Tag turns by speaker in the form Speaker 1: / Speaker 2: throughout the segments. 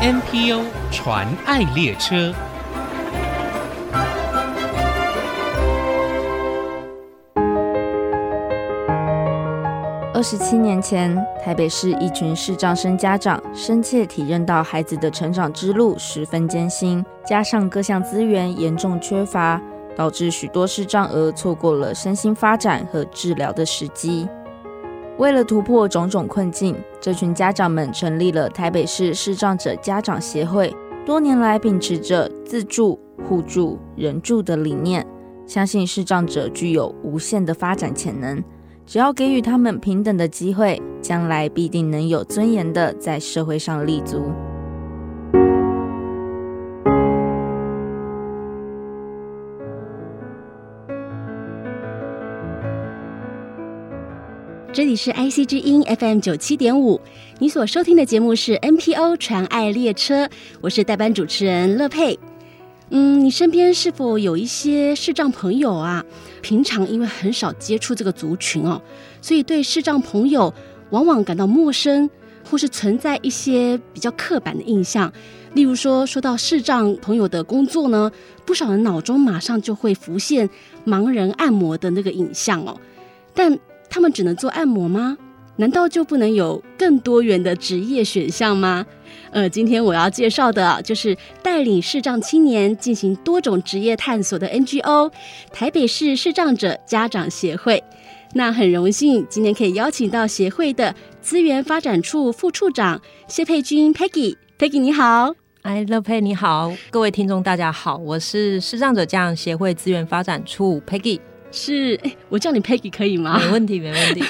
Speaker 1: NPO 传爱列车。
Speaker 2: 二十七年前，台北市一群视障生家长深切体认到孩子的成长之路十分艰辛，加上各项资源严重缺乏，导致许多视障儿错过了身心发展和治疗的时机。为了突破种种困境，这群家长们成立了台北市视障者家长协会，多年来秉持着自助、互助、人助的理念，相信视障者具有无限的发展潜能。只要给予他们平等的机会，将来必定能有尊严的在社会上立足。
Speaker 3: 这里是 IC 之音 FM 九七点五，你所收听的节目是 NPO 传爱列车，我是代班主持人乐佩。嗯，你身边是否有一些视障朋友啊？平常因为很少接触这个族群哦，所以对视障朋友往往感到陌生，或是存在一些比较刻板的印象。例如说，说到视障朋友的工作呢，不少人脑中马上就会浮现盲人按摩的那个影像哦。但他们只能做按摩吗？难道就不能有更多元的职业选项吗？呃，今天我要介绍的啊就是带领视障青年进行多种职业探索的 NGO 台北市视障者家长协会。那很荣幸今天可以邀请到协会的资源发展处副处长谢佩君 Peggy，Peggy 你好。
Speaker 4: 哎，乐佩你好，各位听众大家好，我是视障者家长协会资源发展处 Peggy，
Speaker 3: 是，哎，我叫你 Peggy 可以吗？
Speaker 4: 没问题没问题。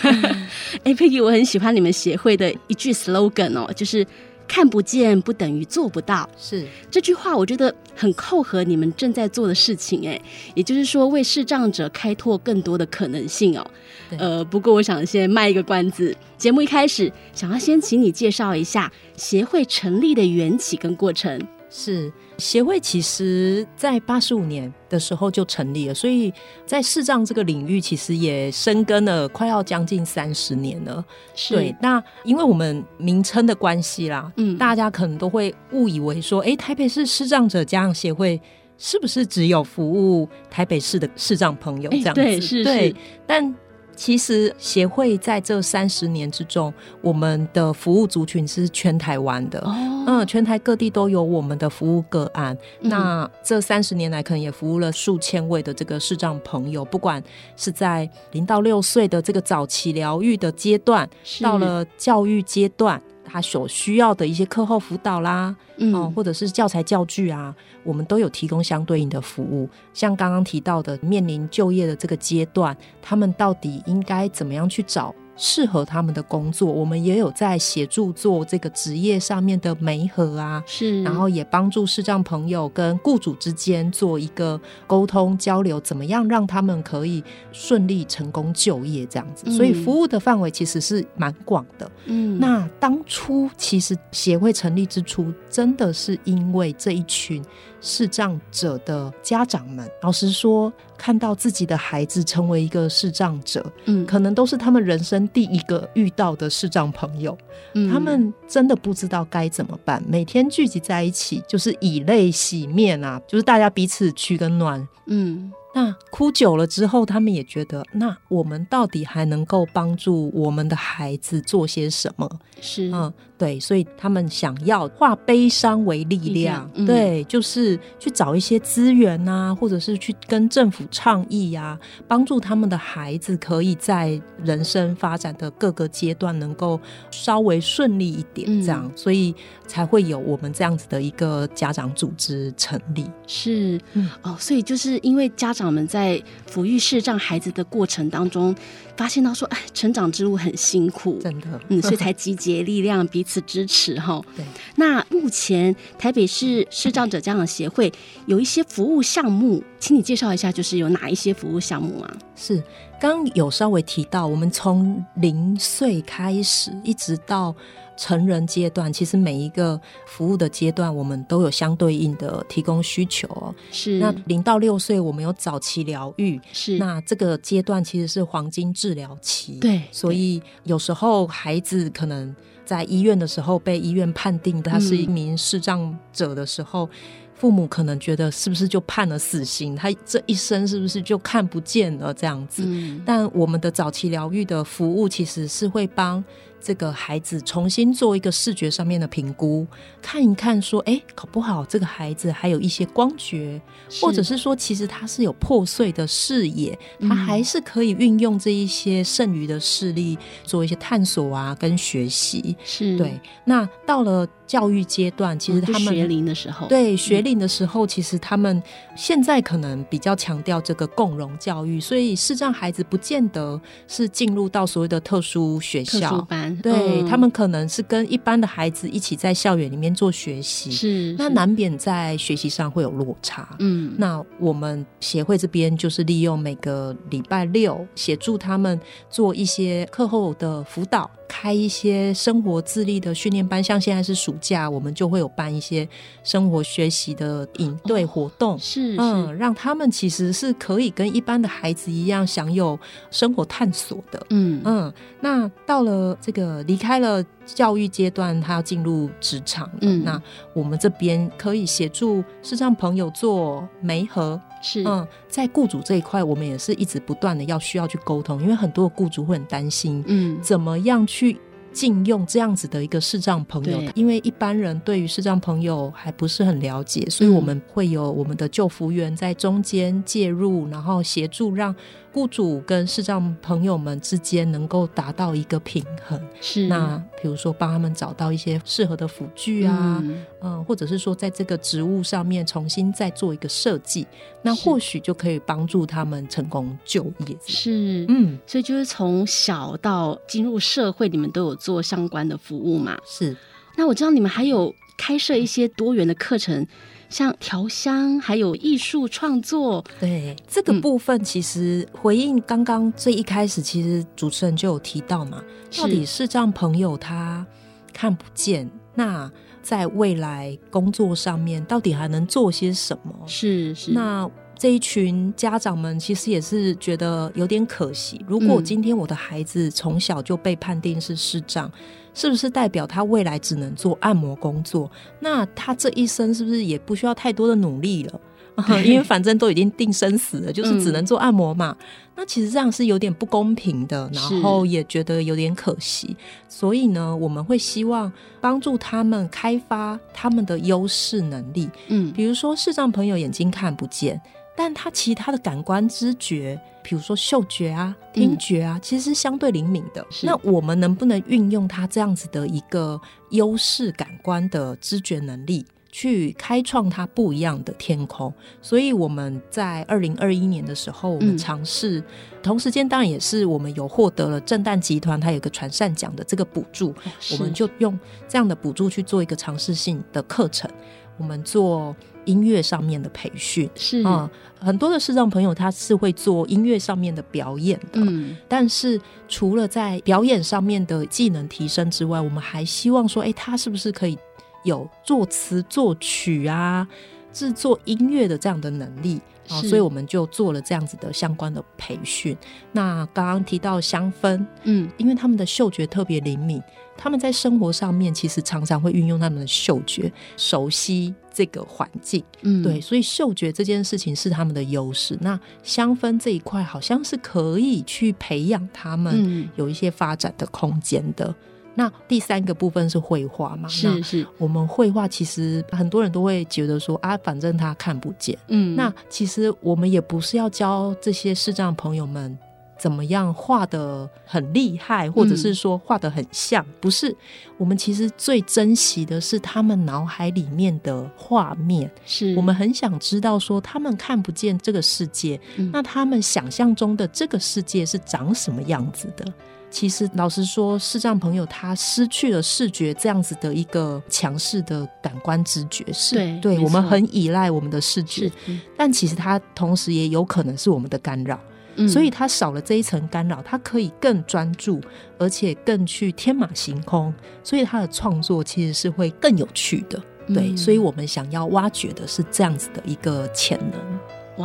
Speaker 3: 哎，Peggy，我很喜欢你们协会的一句 slogan 哦，就是看不见不等于做不到。
Speaker 4: 是，
Speaker 3: 这句话我觉得很扣合你们正在做的事情，哎，也就是说为视障者开拓更多的可能性哦。
Speaker 4: 对
Speaker 3: 呃，不过我想先卖一个关子，节目一开始想要先请你介绍一下协会成立的缘起跟过程。
Speaker 4: 是，协会其实在八十五年的时候就成立了，所以在视障这个领域其实也深耕了快要将近三十年了。
Speaker 3: 是
Speaker 4: 对，那因为我们名称的关系啦，
Speaker 3: 嗯
Speaker 4: 大家可能都会误以为说，诶，台北市视障者家长协会是不是只有服务台北市的视障朋友
Speaker 3: 诶
Speaker 4: 这样子？
Speaker 3: 对是是
Speaker 4: 但其实协会在这三十年之中，我们的服务族群是全台湾的。
Speaker 3: 哦
Speaker 4: 嗯，全台各地都有我们的服务个案。
Speaker 3: 嗯
Speaker 4: 那这三十年来，可能也服务了数千位的这个视障朋友，不管是在零到六岁的这个早期疗愈的阶段，
Speaker 3: 是
Speaker 4: 到了教育阶段，他所需要的一些课后辅导啦，
Speaker 3: 嗯
Speaker 4: 哦，或者是教材教具啊，我们都有提供相对应的服务。像刚刚提到的，面临就业的这个阶段，他们到底应该怎么样去找适合他们的工作？我们也有在协助做这个职业上面的媒合啊。
Speaker 3: 是，
Speaker 4: 然后也帮助视障朋友跟雇主之间做一个沟通交流，怎么样让他们可以顺利成功就业这样子。所以
Speaker 3: 嗯
Speaker 4: 服务的范围其实是蛮广的。
Speaker 3: 嗯
Speaker 4: 那当初其实协会成立之初，真的是因为这一群视障者的家长们，老实说，看到自己的孩子成为一个视障者，
Speaker 3: 嗯
Speaker 4: 可能都是他们人生第一个遇到的视障朋友。
Speaker 3: 嗯
Speaker 4: 他们真的不知道该怎么办，每天聚集在一起就是以泪洗面啊，就是大家彼此取个暖。
Speaker 3: 嗯
Speaker 4: 那哭久了之后，他们也觉得，那我们到底还能够帮助我们的孩子做些什么？
Speaker 3: 是
Speaker 4: 嗯，对，所以他们想要化悲伤为力量，
Speaker 3: 力量嗯
Speaker 4: 对，就是去找一些资源啊，或者是去跟政府倡议啊，帮助他们的孩子可以在人生发展的各个阶段能够稍微顺利一点，
Speaker 3: 嗯
Speaker 4: 这样，所以才会有我们这样子的一个家长组织成立。
Speaker 3: 是、
Speaker 4: 嗯
Speaker 3: 哦，所以就是因为家长们在抚育视障孩子的过程当中，发现到说，哎，成长之路很辛苦，
Speaker 4: 真的，
Speaker 3: 嗯， 所以才集结力量，彼此支持哈。
Speaker 4: 对，
Speaker 3: 那目前台北市视障者家长协会有一些服务项目，请你介绍一下，就是有哪一些服务项目啊？
Speaker 4: 是，刚有稍微提到，我们从零岁开始，一直到成人阶段，其实每一个服务的阶段，我们都有相对应的提供需求哦。
Speaker 3: 是
Speaker 4: 那零到六岁，我们有早期疗愈，
Speaker 3: 是
Speaker 4: 那这个阶段其实是黄金治疗期，
Speaker 3: 嗯对
Speaker 4: 所以有时候孩子可能在医院的时候被医院判定他是一名视障者的时候，父母可能觉得是不是就判了死刑？他这一生是不是就看不见了这样子？
Speaker 3: 嗯，
Speaker 4: 但我们的早期疗愈的服务其实是会帮这个孩子重新做一个视觉上面的评估，看一看说，哎，搞不好这个孩子还有一些光觉，或者是说，其实他是有破碎的视野，
Speaker 3: 嗯
Speaker 4: 他还是可以运用这一些剩余的视力做一些探索啊，跟学习。
Speaker 3: 是
Speaker 4: 对，，那到了教育阶段，其
Speaker 3: 嗯
Speaker 4: 实
Speaker 3: 嗯就
Speaker 4: 他们
Speaker 3: 学龄的时候，，
Speaker 4: 对学龄的时候，其实他们现在可能比较强调这个共融教育，所以视障孩子不见得是进入到所谓的特殊学
Speaker 3: 特殊
Speaker 4: 校，
Speaker 3: 班，
Speaker 4: 对、
Speaker 3: 嗯
Speaker 4: 他们可能是跟一般的孩子一起在校园里面做学习，
Speaker 3: 是
Speaker 4: 那
Speaker 3: 是
Speaker 4: 难免在学习上会有落差。
Speaker 3: 嗯，
Speaker 4: 那我们协会这边就是利用每个礼拜六协助他们做一些课后的辅导，开一些生活自立的训练班。像现在是暑假，我们就会有办一些生活学习的营队活动。
Speaker 3: 哦是是
Speaker 4: 嗯，让他们其实是可以跟一般的孩子一样享有生活探索的。
Speaker 3: 嗯
Speaker 4: 嗯，那到了这个离开了教育阶段，他要进入职场了。
Speaker 3: 嗯
Speaker 4: 那我们这边可以协助视障朋友做媒合。
Speaker 3: 是
Speaker 4: 嗯，在雇主这一块，我们也是一直不断的要需要去沟通，因为很多的雇主会很担心，
Speaker 3: 嗯
Speaker 4: 怎么样去。禁用这样子的一个视障朋友
Speaker 3: 对，
Speaker 4: 因为一般人对于视障朋友还不是很了解，所以
Speaker 3: 嗯
Speaker 4: 我们会有我们的救服员在中间介入，然后协助让雇主跟视障朋友们之间能够达到一个平衡。
Speaker 3: 是嗯
Speaker 4: 那比如说帮他们找到一些适合的辅具啊，
Speaker 3: 嗯
Speaker 4: 嗯，或者是说在这个职务上面重新再做一个设计，那
Speaker 3: 是
Speaker 4: 或许就可以帮助他们成功就业。
Speaker 3: 是
Speaker 4: 嗯，
Speaker 3: 所以就是从小到进入社会，你们都有做相关的服务嘛？
Speaker 4: 是
Speaker 3: 那我知道你们还有开设一些多元的课程，像调香，还有艺术创作，
Speaker 4: 对这个
Speaker 3: 嗯
Speaker 4: 部分，其实回应刚刚最一开始，其实主持人就有提到嘛，到底视障朋友他看不见，那在未来工作上面到底还能做些什么？
Speaker 3: 是是
Speaker 4: 那这一群家长们其实也是觉得有点可惜。如果
Speaker 3: 嗯
Speaker 4: 今天我的孩子从小就被判定是视障，是不是代表他未来只能做按摩工作？那他这一生是不是也不需要太多的努力了？啊因为反正都已经定生死了，就是只能做按摩嘛。那其实这样是有点不公平的，然
Speaker 3: 是
Speaker 4: 后也觉得有点可惜。所以呢，我们会希望帮助他们开发他们的优势能力，
Speaker 3: 嗯
Speaker 4: 比如说视障朋友眼睛看不见，但他其他的感官知觉，比如说嗅觉啊、听觉啊，其实是相对灵敏的。
Speaker 3: 嗯是
Speaker 4: 那我们能不能运用他这样子的一个优势感官的知觉能力？去开创他不一样的天空，所以我们在二零二一年的时候，我们
Speaker 3: 嗯
Speaker 4: 尝试，同时间当然也是我们有获得了正旦集团它有一个传善奖的这个补助，我们就用这样的补助去做一个尝试性的课程，我们做音乐上面的培训。
Speaker 3: 是
Speaker 4: 嗯，很多的视障朋友他是会做音乐上面的表演的，
Speaker 3: 嗯
Speaker 4: 但是除了在表演上面的技能提升之外，我们还希望说，诶，他是不是可以有作词作曲啊、制作音乐的这样的能力？啊、
Speaker 3: 是
Speaker 4: 所以我们就做了这样子的相关的培训。那刚刚提到香氛，
Speaker 3: 嗯
Speaker 4: 因为他们的嗅觉特别灵敏，他们在生活上面其实常常会运用他们的嗅觉熟悉这个环境，
Speaker 3: 嗯
Speaker 4: 对，所以嗅觉这件事情是他们的优势。那香氛这一块好像是可以去培养他们
Speaker 3: 嗯
Speaker 4: 有一些发展的空间的。那第三个部分是绘画嘛？
Speaker 3: 是
Speaker 4: 那
Speaker 3: 是
Speaker 4: 我们绘画其实很多人都会觉得说啊，反正他看不见。
Speaker 3: 嗯
Speaker 4: 那其实我们也不是要教这些视障朋友们怎么样画的很厉害，或者是说画的很像，不是。我们其实最珍惜的是他们脑海里面的画面，
Speaker 3: 是
Speaker 4: 我们很想知道说他们看不见这个世界，
Speaker 3: 嗯
Speaker 4: 那他们想象中的这个世界是长什么样子的。其实，老实说，视障朋友他失去了视觉这样子的一个强势的感官知觉，是
Speaker 3: 对没
Speaker 4: 我们
Speaker 3: 错
Speaker 4: 很依赖我们的视觉，
Speaker 3: 是嗯
Speaker 4: 但其实它同时也有可能是我们的干扰，
Speaker 3: 嗯
Speaker 4: 所以它少了这一层干扰，它可以更专注，而且更去天马行空，所以它的创作其实是会更有趣的。对，
Speaker 3: 嗯
Speaker 4: 所以我们想要挖掘的是这样子的一个潜能。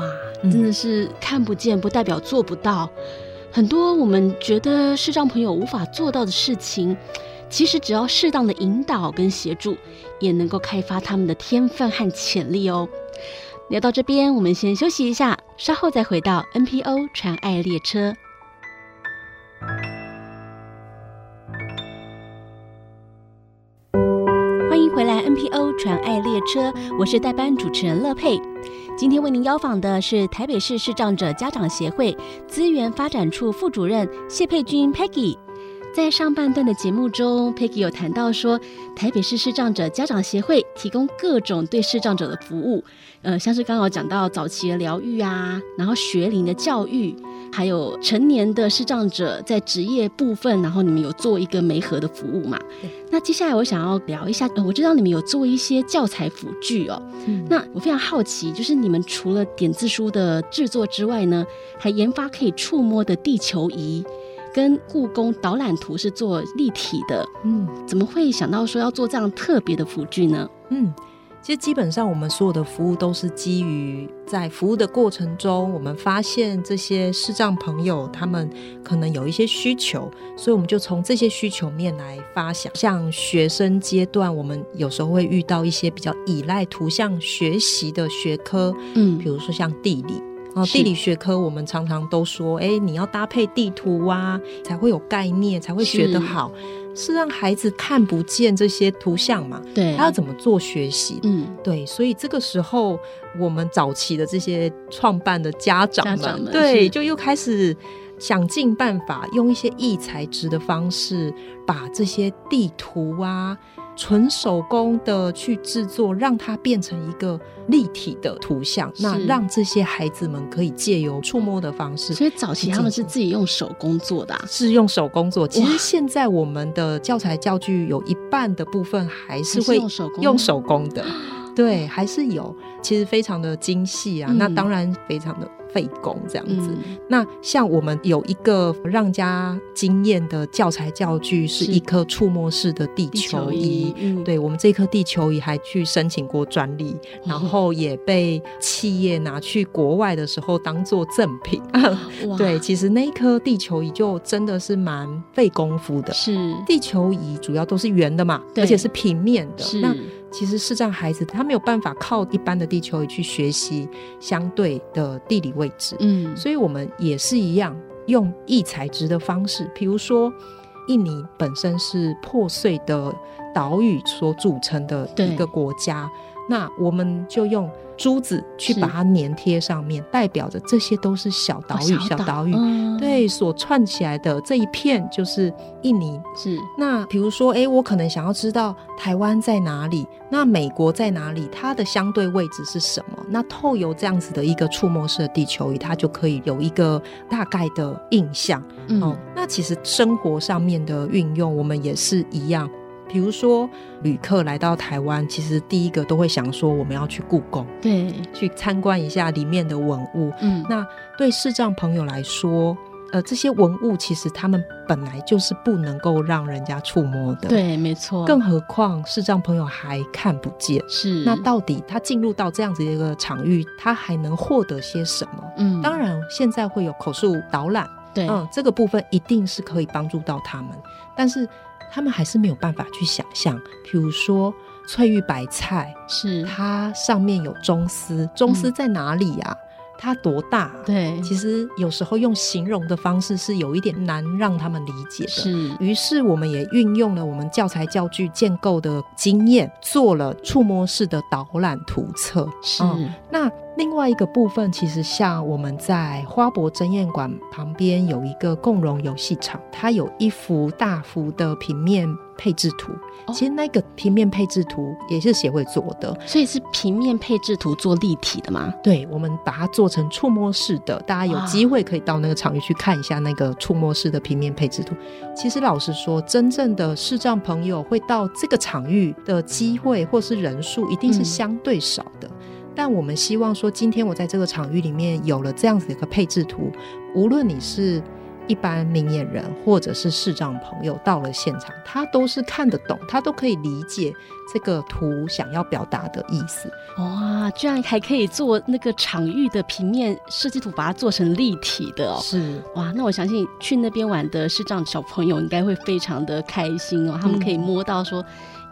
Speaker 3: 哇，
Speaker 4: 嗯
Speaker 3: 真的是看不见不代表做不到，很多我们觉得视障朋友无法做到的事情，其实只要适当的引导跟协助，也能够开发他们的天分和潜力哦。聊到这边，我们先休息一下，稍后再回到 NPO 传爱列车。欢迎回来，NPO 传爱列车，我是代班主持人乐佩。今天为您邀访的是台北市视障者家长协会资源发展处副主任谢佩君 Peggy。在上半段的节目中，Peggy 有谈到说，台北市视障者家长协会提供各种对视障者的服务，呃，像是刚刚有讲到早期的疗愈啊，然后学龄的教育，还有成年的视障者在职业部分，然后你们有做一个媒合的服务嘛？那接下来我想要聊一下，呃我知道你们有做一些教材辅具哦。那我非常好奇，就是你们除了点字书的制作之外呢，还研发可以触摸的地球仪，跟故宫导览图是做立体的，
Speaker 4: 嗯，
Speaker 3: 怎么会想到说要做这样特别的辅具呢？
Speaker 4: 嗯，其实基本上我们所有的服务都是基于在服务的过程中，我们发现这些视障朋友他们可能有一些需求，所以我们就从这些需求面来发想。像学生阶段，我们有时候会遇到一些比较依赖图像学习的学科，
Speaker 3: 嗯
Speaker 4: 比如说像地理。哦，
Speaker 3: 是
Speaker 4: 地理学科我们常常都说，哎，你要搭配地图啊，才会有概念，才会学
Speaker 3: 是
Speaker 4: 得好。是让孩子看不见这些图像嘛？
Speaker 3: 对，
Speaker 4: 他要怎么做学习？
Speaker 3: 嗯
Speaker 4: 对，所以这个时候，我们早期的这些创办的家长们，
Speaker 3: 家长们
Speaker 4: 对，
Speaker 3: 是
Speaker 4: 就又开始想尽办法，用一些异材质的方式，把这些地图啊，纯手工的去制作，让它变成一个立体的图像，那
Speaker 3: 是
Speaker 4: 让这些孩子们可以借由触摸的方式
Speaker 3: 所以早期他们是
Speaker 4: 进行
Speaker 3: 自己用手工做的、啊，
Speaker 4: 是用手工做。其
Speaker 3: 哇
Speaker 4: 实现在我们的教材教具有一半的部分还是
Speaker 3: 还是
Speaker 4: 会
Speaker 3: 用手工
Speaker 4: 用手 工的，对，还是有。其实非常的精细啊，
Speaker 3: 嗯
Speaker 4: 那当然非常的费工这样子。
Speaker 3: 嗯，
Speaker 4: 那像我们有一个让家惊艳的教材教具，是
Speaker 3: 是
Speaker 4: 一颗触摸式的地
Speaker 3: 地
Speaker 4: 球
Speaker 3: 仪
Speaker 4: 仪。，
Speaker 3: 嗯，
Speaker 4: 对我们这颗地球仪还去申请过专
Speaker 3: 哦
Speaker 4: 利，然后也被企业拿去国外的时候当做赠 品。
Speaker 3: 哇，
Speaker 4: 对，其实那一颗地球仪就真的是蛮费功夫的。
Speaker 3: 是，
Speaker 4: 地球仪主要都是圆的嘛，
Speaker 3: 对
Speaker 4: 而且是平面的。
Speaker 3: 是，
Speaker 4: 那其实视障孩子他没有办法靠一般的地球仪去学习相对的地理位置，
Speaker 3: 嗯，
Speaker 4: 所以我们也是一样用异材质的方式，比如说印尼本身是破碎的岛屿所组成的一
Speaker 3: 对
Speaker 4: 个国家，那我们就用珠子去
Speaker 3: 是
Speaker 4: 把它粘贴上面，代表着这些都是小岛屿，
Speaker 3: 哦
Speaker 4: 小岛屿。
Speaker 3: 嗯
Speaker 4: 对，所串起来的这一片就是印尼
Speaker 3: 是，
Speaker 4: 那比如说，诶，我可能想要知道台湾在哪里，那美国在哪里，它的相对位置是什么？那透由这样子的一个触摸式的地球仪，它就可以有一个大概的印象。哦
Speaker 3: 嗯，，
Speaker 4: 那其实生活上面的运用，我们也是一样。比如说，旅客来到台湾，其实第一个都会想说，我们要去故宫
Speaker 3: 对，
Speaker 4: 去参观一下里面的文物。
Speaker 3: 嗯，
Speaker 4: 那对视障朋友来说，呃，这些文物其实他们本来就是不能够让人家触摸的，，
Speaker 3: 对，没错，
Speaker 4: 更何况视障朋友还看不见。
Speaker 3: 是
Speaker 4: 那到底他进入到这样子一个场域，他还能获得些什么？
Speaker 3: 嗯，
Speaker 4: 当然，现在会有口述导览，
Speaker 3: 对，
Speaker 4: 嗯，这个部分一定是可以帮助到他们，但是他们还是没有办法去想象，比如说翠玉白菜，
Speaker 3: 是，
Speaker 4: 它上面有中丝，中丝在哪里呀、它多大啊、
Speaker 3: 嗯对，
Speaker 4: 其实有时候用形容的方式是有一点难让他们理解的。
Speaker 3: 是，
Speaker 4: 于是我们也运用了我们教材教具建构的经验，做了触摸式的导览图册。
Speaker 3: 是，
Speaker 4: 嗯那另外一个部分，其实像我们在花博珍宴馆旁边有一个共融游戏场，它有一幅大幅的平面配置图。
Speaker 3: 哦
Speaker 4: 其实那个平面配置图也是协会做的，
Speaker 3: 所以是平面配置图做立体的吗？
Speaker 4: 对，我们把它做成触摸式的，大家有
Speaker 3: 哇
Speaker 4: 机会可以到那个场域去看一下那个触摸式的平面配置图。其实老实说，真正的视障朋友会到这个场域的机会或是人数，一定是
Speaker 3: 嗯
Speaker 4: 相对少的。但我们希望说，今天我在这个场域里面有了这样子的一个配置图，无论你是一般明眼人或者是视障朋友到了现场，他都是看得懂，他都可以理解这个图想要表达的意思。
Speaker 3: 哇，居然还可以做那个场域的平面设计图，把它做成立体的哦。
Speaker 4: 是，
Speaker 3: 哇，那我相信去那边玩的视障小朋友应该会非常的开心哦，他们可以摸到说，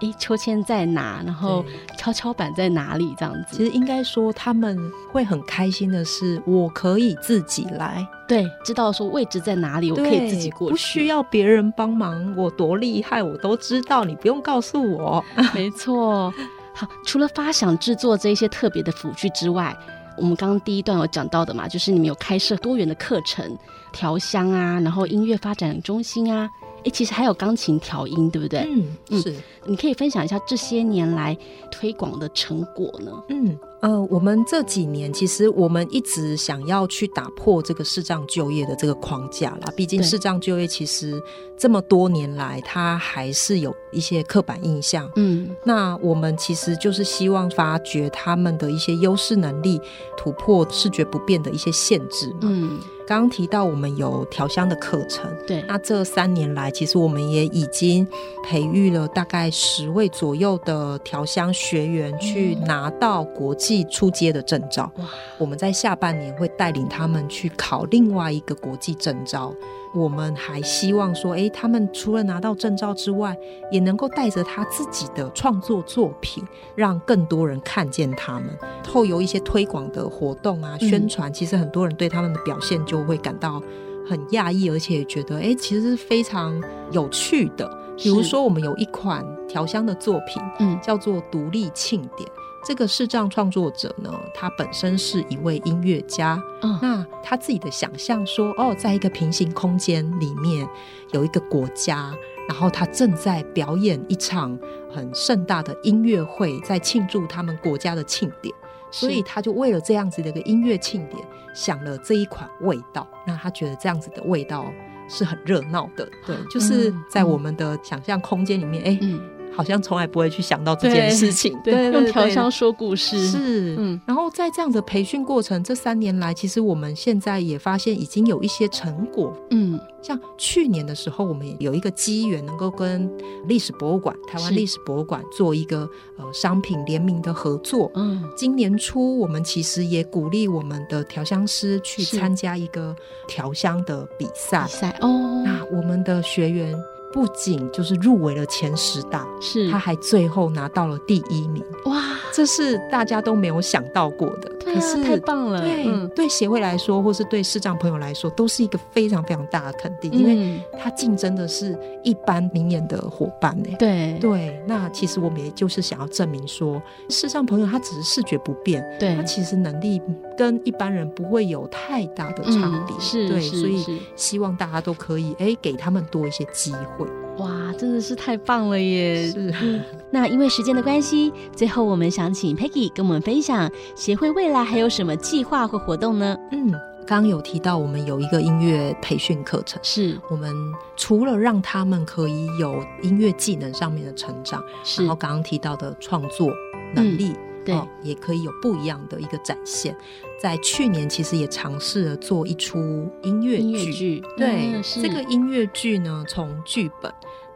Speaker 3: 诶，秋千在哪，然后跷跷板在哪里这样子。
Speaker 4: 其实应该说他们会很开心的是，我可以自己来，
Speaker 3: 对，知道说位置在哪里，我可以自己过去，
Speaker 4: 不需。要别人帮忙，我多厉害我都知道，你不用告诉我。
Speaker 3: 没错。好，除了发想制作这些特别的辅具之外，我们刚刚第一段有讲到的嘛，就是你们有开设多元的课程，调香啊，然后音乐发展中心啊，诶，其实还有钢琴调音，对不对？
Speaker 4: 嗯，是。
Speaker 3: 你可以分享一下这些年来推广的成果呢？
Speaker 4: 嗯，呃，我们这几年其实我们一直想要去打破这个视障就业的这个框架啦。毕竟
Speaker 3: 对
Speaker 4: 视障就业其实这么多年来，它还是有一些刻板印象。
Speaker 3: 嗯，
Speaker 4: 那我们其实就是希望发掘他们的一些优势能力，突破视觉不便的一些限制嘛。
Speaker 3: 嗯，
Speaker 4: 刚刚提到我们有调香的课程，
Speaker 3: 对，
Speaker 4: 那这三年来，其实我们也已经培育了大概十位左右的调香学员，去拿到国际出街的证照。
Speaker 3: 嗯哇
Speaker 4: 我们在下半年会带领他们去考另外一个国际证照。我们还希望说，诶，他们除了拿到证照之外，也能够带着他自己的创作作品，让更多人看见他们。透由一些推广的活动啊、
Speaker 3: 嗯
Speaker 4: 宣传，其实很多人对他们的表现就会感到很讶异，而且也觉得诶，其实是非常有趣的。比如
Speaker 3: 是
Speaker 4: 说，我们有一款调香的作品，
Speaker 3: 嗯
Speaker 4: 叫做《独立庆典》。这个视障创作者呢，他本身是一位音乐家，
Speaker 3: 嗯，
Speaker 4: 那他自己的想象说，哦，在一个平行空间里面有一个国家，然后他正在表演一场很盛大的音乐会，在庆祝他们国家的庆典。所以他就为了这样子的一个音乐庆典，想了这一款味道。那他觉得这样子的味道是很热闹的，对，就是
Speaker 3: 嗯
Speaker 4: 在我们的想象空间里面，哎、
Speaker 3: 嗯，
Speaker 4: 好像从来不会去想到这件事情。
Speaker 3: 对，用调香
Speaker 4: 对
Speaker 3: 说故事，
Speaker 4: 是，
Speaker 3: 嗯
Speaker 4: 然后在这样的培训过程，这三年来，其实我们现在也发现已经有一些成果。
Speaker 3: 嗯，
Speaker 4: 像去年的时候，我们也有一个机缘，能够跟历史博物馆、台湾
Speaker 3: 是
Speaker 4: 历史博物馆做一个呃商品联名的合作。
Speaker 3: 嗯，
Speaker 4: 今年初，我们其实也鼓励我们的调香师去
Speaker 3: 是
Speaker 4: 参加一个调香的比赛
Speaker 3: 比。赛哦，
Speaker 4: 那我们的学员不仅就是入围了前十大，
Speaker 3: 是
Speaker 4: 他还最后拿到了第一名。
Speaker 3: 哇，
Speaker 4: 这是大家都没有想到过的。
Speaker 3: 对啊，
Speaker 4: 可是
Speaker 3: 太棒了，
Speaker 4: 对、
Speaker 3: 嗯
Speaker 4: 对协会来说，或是对视障朋友来说，都是一个非常非常大的肯定，因为
Speaker 3: 嗯，
Speaker 4: 他竞争的是一般明眼的伙伴呢、
Speaker 3: 对
Speaker 4: 对，那其实我们也就是想要证明说，视障朋友他只是视觉不便，
Speaker 3: 对
Speaker 4: 他其实能力跟一般人不会有太大的差别。
Speaker 3: 嗯，是
Speaker 4: 对，
Speaker 3: 是
Speaker 4: 所以
Speaker 3: 是
Speaker 4: 希望大家都可以哎、给他们多一些机会。
Speaker 3: 哇，真的是太棒了耶！
Speaker 4: 是
Speaker 3: 嗯 那因为时间的关系，最后我们想请 Peggy 跟我们分享协会未来还有什么计划或活动呢？
Speaker 4: 嗯，刚刚有提到我们有一个音乐培训课程。
Speaker 3: 是
Speaker 4: 我们除了让他们可以有音乐技能上面的成长，
Speaker 3: 是嗯
Speaker 4: 然后，刚刚提到的创作能力，
Speaker 3: 对，
Speaker 4: 哦也可以有不一样的一个展现。在去年其实也尝试了做一出音乐
Speaker 3: 音乐
Speaker 4: 剧，
Speaker 3: 剧，
Speaker 4: 对、
Speaker 3: 嗯是
Speaker 4: 这个音乐剧呢，从剧本。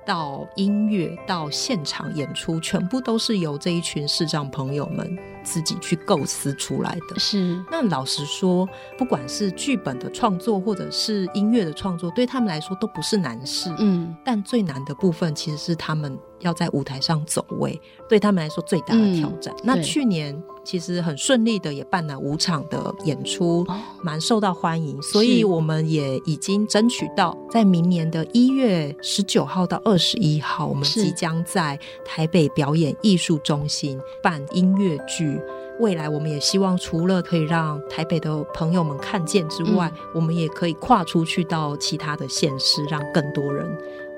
Speaker 4: 到音乐到现场演出，全部都是由这一群视障朋友们自己去构思出来的。
Speaker 3: 是
Speaker 4: 那老实说，不管是剧本的创作，或者是音乐的创作，对他们来说都不是难事。
Speaker 3: 嗯
Speaker 4: 但最难的部分其实是他们要在舞台上走位，对他们来说最大的挑战。那
Speaker 3: 嗯对
Speaker 4: 去年其实很顺利的也办了五场的演出，
Speaker 3: 哦
Speaker 4: 蛮受到欢迎，所以
Speaker 3: 是
Speaker 4: 我们也已经争取到在明年的一月十九号到二十一号，我们
Speaker 3: 是
Speaker 4: 即将在台北表演艺术中心办音乐剧。未来我们也希望，除了可以让台北的朋友们看见之外，
Speaker 3: 嗯
Speaker 4: 我们也可以跨出去到其他的县市，让更多人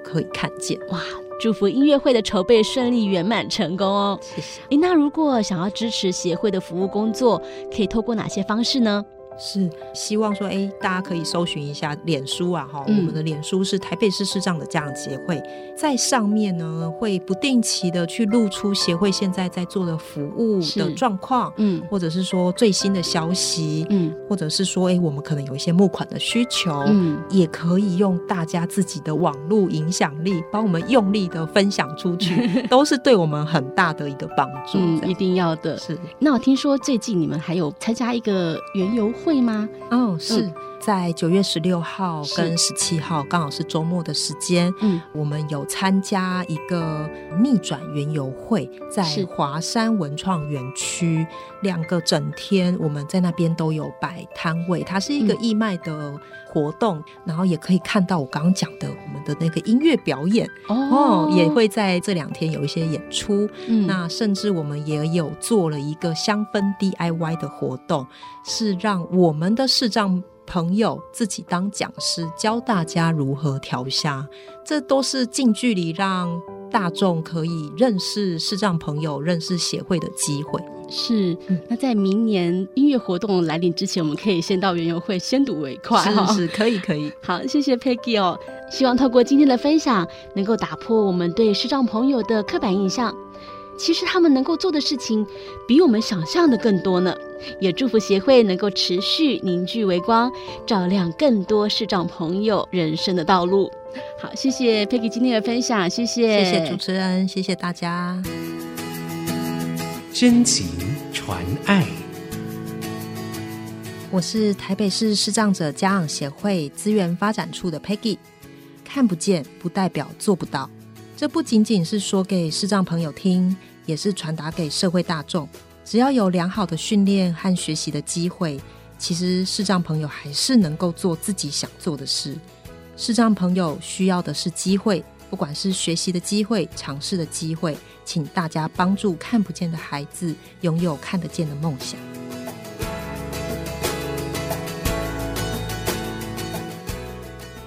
Speaker 4: 可以看见。
Speaker 3: 哇，祝福音乐会的筹备顺利圆满成功哦！
Speaker 4: 谢谢。
Speaker 3: 诶，那如果想要支持协会的服务工作，可以透过哪些方式呢？
Speaker 4: 是希望说，哎，大家可以搜寻一下脸书啊，哈、
Speaker 3: 嗯
Speaker 4: 我们的脸书是台北市市长的家长协会，在上面呢会不定期的去露出协会现在在做的服务的
Speaker 3: 是
Speaker 4: 状况，
Speaker 3: 嗯
Speaker 4: 或者是说最新的消息，
Speaker 3: 嗯
Speaker 4: 或者是说，哎，我们可能有一些募款的需求，
Speaker 3: 嗯，
Speaker 4: 也可以用大家自己的网络影响力，帮我们用力的分享出 去，都是对我们很大的一个帮助。
Speaker 3: 嗯，
Speaker 4: 这
Speaker 3: 一
Speaker 4: 样
Speaker 3: 定要的。
Speaker 4: 是，
Speaker 3: 那我听说最近你们还有参加一个园游会吗？
Speaker 4: 嗯，是。
Speaker 3: 嗯
Speaker 4: 在九月十六号
Speaker 3: 是
Speaker 4: 跟十七号，刚好是周末的时间，
Speaker 3: 嗯，
Speaker 4: 我们有参加一个逆转园游会，在
Speaker 3: 是
Speaker 4: 华山文创园区，两个整天我们在那边都有摆摊位，它是一个
Speaker 3: 嗯
Speaker 4: 义卖的活动，然后也可以看到我刚刚讲的我们的那个音乐表演哦，也，会在这两天有一些演出，
Speaker 3: 嗯
Speaker 4: 那甚至我们也有做了一个香氛 DIY 的活动，是让我们的视障朋友自己当讲师，教大家如何调虾，这都是近距离让大众可以认识视障朋友、认识协会的机会。
Speaker 3: 是
Speaker 4: 嗯。
Speaker 3: 那在明年音乐活动来临之前，我们可以先到园游会先睹为快哈。
Speaker 4: 是是，可以可以。
Speaker 3: 好，谢谢 Peggy 哦。希望透过今天的分享，能够打破我们对视障朋友的刻板印象。其实他们能够做的事情，比我们想象的更多呢。也祝福协会能够持续凝聚微光，照亮更多视障朋友人生的道路。好，谢谢 Peggy 今天的分享，谢谢，
Speaker 4: 谢谢主持人，谢谢大家。
Speaker 1: 真情传爱，
Speaker 4: 我是台北市视障者家长协会资源发展处的 Peggy。看不见不代表做不到，这不仅仅是说给视障朋友听，也是传达给社会大众。只要有良好的训练和学习的机会，其实视障朋友还是能够做自己想做的事。视障朋友需要的是机会，不管是学习的机会、尝试的机会，请大家帮助看不见的孩子拥有看得见的梦想。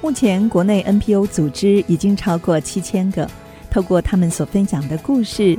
Speaker 5: 目前国内 NPO 组织已经超过七千个，透过他们所分享的故事，